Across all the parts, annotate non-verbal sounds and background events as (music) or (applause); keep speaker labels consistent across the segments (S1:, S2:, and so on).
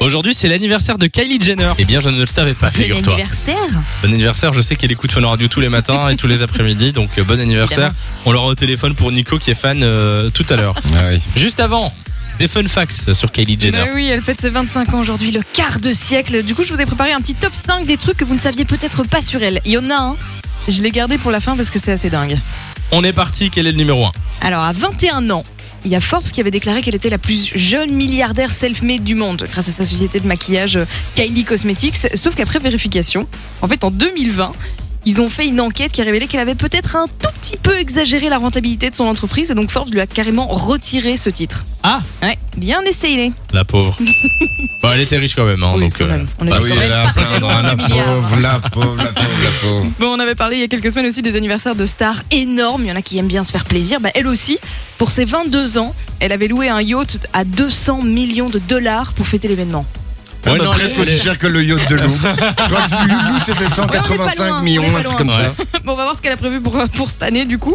S1: Aujourd'hui, c'est l'anniversaire de Kylie Jenner. Eh bien, je ne le savais pas,
S2: Quel
S1: figure-toi.
S2: anniversaire
S1: Bon anniversaire, je sais qu'elle écoute Fun Radio tous les matins et tous les après-midi, donc euh, bon anniversaire. On l'aura au téléphone pour Nico qui est fan euh, tout à l'heure. Juste avant, des fun facts sur Kylie Jenner.
S2: Bah oui, elle fête ses 25 ans aujourd'hui, le quart de siècle. Du coup, je vous ai préparé un petit top 5 des trucs que vous ne saviez peut-être pas sur elle. Il y en a un. Je l'ai gardé pour la fin parce que c'est assez dingue.
S1: On est parti, quel est le numéro 1
S2: Alors, à 21 ans, il y a Forbes qui avait déclaré qu'elle était la plus jeune milliardaire self-made du monde grâce à sa société de maquillage euh, Kylie Cosmetics. Sauf qu'après vérification, en fait, en 2020, ils ont fait une enquête qui a révélé qu'elle avait peut-être un tout petit peu exagéré la rentabilité de son entreprise et donc Forbes lui a carrément retiré ce titre.
S1: Ah
S2: Ouais, bien essayé.
S1: La
S2: (laughs)
S1: pauvre. bon, elle était riche quand même, hein,
S2: Oui,
S1: donc.
S2: quand
S1: euh,
S2: même. On est
S1: bah
S2: Parce
S3: Ah oui,
S2: qu'on
S3: elle a à
S2: reste pas
S3: plaindre,
S2: dans
S3: hein, la
S2: le milliard.
S3: pauvre, la pauvre, la pauvre, la pauvre.
S2: Bon, on avait parlé il y a quelques semaines aussi des anniversaires de stars énormes. Il y en a qui aiment bien se faire plaisir. Bah, elle aussi, pour ses 22 ans, elle avait loué un yacht à 200 millions de dollars pour fêter l'événement.
S3: Ah,
S1: Ouais,
S3: bah,
S1: non,
S3: presque
S1: les-
S3: aussi
S1: les-
S3: cher que le yacht de Lou. Je crois que le Lou, c'était
S2: Ouais, on est pas
S3: 185
S2: loin, on est
S3: millions,
S2: pas
S3: un truc
S2: loin.
S3: comme ça.
S2: (laughs) Bon, on va voir ce qu'elle a prévu pour, pour cette année, du coup.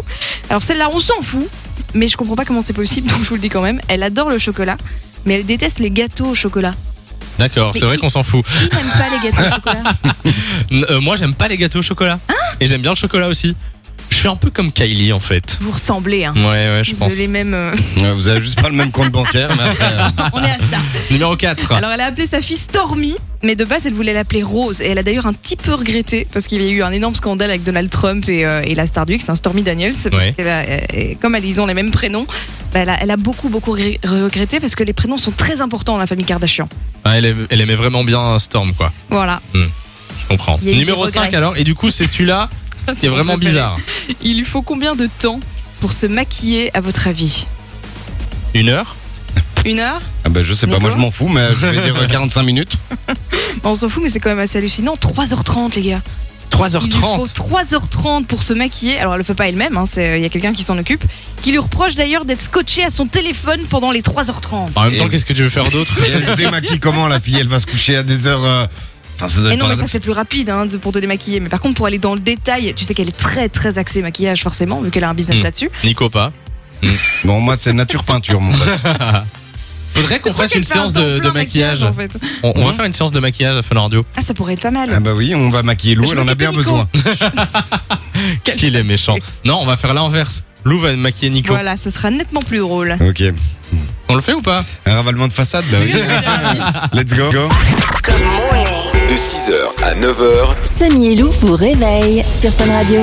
S2: Alors, celle-là, on s'en fout, mais je comprends pas comment c'est possible, (laughs) donc je vous le dis quand même. Elle adore le chocolat, mais elle déteste les gâteaux au chocolat.
S1: D'accord,
S2: Mais
S1: c'est vrai
S2: qui-
S1: qu'on s'en fout.
S2: Qui n'aime pas les gâteaux au chocolat
S1: N- euh, moi, j'aime pas les gâteaux au chocolat.
S2: Ah.
S1: et j'aime bien le chocolat aussi. Je suis un peu comme Kylie en fait.
S2: Vous ressemblez, hein.
S1: Ouais, ouais, je
S2: Vous
S1: pense.
S2: avez les mêmes. euh, (laughs)
S3: Ouais, Vous avez juste pas le même compte bancaire, mais après, euh,
S2: on est à ça.
S1: Numéro 4.
S2: Alors elle a appelé sa fille Stormy, mais de base elle voulait l'appeler Rose. Et elle a d'ailleurs un petit peu regretté parce qu'il y a eu un énorme scandale avec Donald Trump et, euh, et la star du X, hein, Stormy Daniels. parce
S1: Ouais.
S2: qu'elle a- euh, et comme elles ils ont les mêmes prénoms, bah, elle, a, elle a beaucoup beaucoup regr- regretté parce que les prénoms sont très importants dans la famille Kardashian.
S1: Ah, elle, aim- elle aimait vraiment bien Storm, quoi.
S2: Voilà.
S1: Je comprends.
S2: Il y a eu
S1: Numéro
S2: des
S1: 5
S2: regrets.
S1: alors, et du coup, c'est
S2: (laughs)
S1: celui-là qui est vraiment bizarre.
S2: Il lui faut combien de temps pour se maquiller à votre avis
S1: Une heure
S2: Une heure
S3: ah bah, je sais pas, moi je
S2: Nico
S3: m'en fous, mais je vais dire euh, 45 minutes.
S2: On s'en fout, mais c'est quand même assez hallucinant. 3h30 les gars. Il lui
S1: 3h30
S2: faut 3h30 pour se maquiller. Alors, elle le fait pas elle-même, hein, c'est- il y a quelqu'un qui s'en occupe. Qui lui reproche d'ailleurs d'être scotché à son téléphone pendant les 3h30.
S1: En même temps,
S3: Et-
S1: qu'est-ce que tu veux faire (laughs) d'autre
S3: Et elle se démaquille comment la fille Elle va se coucher à des heures. euh, Enfin, ça doit
S2: Et
S3: être
S2: non, mais ça
S3: paradoxal.
S2: c'est plus rapide hein, de- pour te démaquiller. Mais par contre, pour aller dans le détail, tu sais qu'elle est très très axée maquillage, forcément, vu qu'elle a un business
S1: Mm.
S2: là-dessus.
S1: Nico, pas.
S3: Bon, moi c'est nature peinture, mon pote.
S1: Faudrait qu'on fasse une
S2: Elle fait un
S1: séance
S2: temps
S1: de, de
S2: plein
S1: maquillage.
S2: en fait.
S1: On, on va
S3: Ouais.
S1: faire une séance de maquillage à Fun Radio.
S2: Ah, ça pourrait être pas mal.
S3: Ah bah oui, on va maquiller Lou,
S2: Je
S3: elle en a
S2: m'occupe
S3: bien
S2: de Nico.
S3: besoin.
S1: Qu'il est méchant. Non, on va faire l'inverse. Lou va maquiller Nico.
S2: Voilà, ce sera nettement plus drôle.
S3: Ok.
S1: On le fait ou pas
S3: Un ravalement de façade, bah oui. Let's go.
S4: De 6h à 9h,
S5: Samy et Lou vous réveille sur Fun Radio.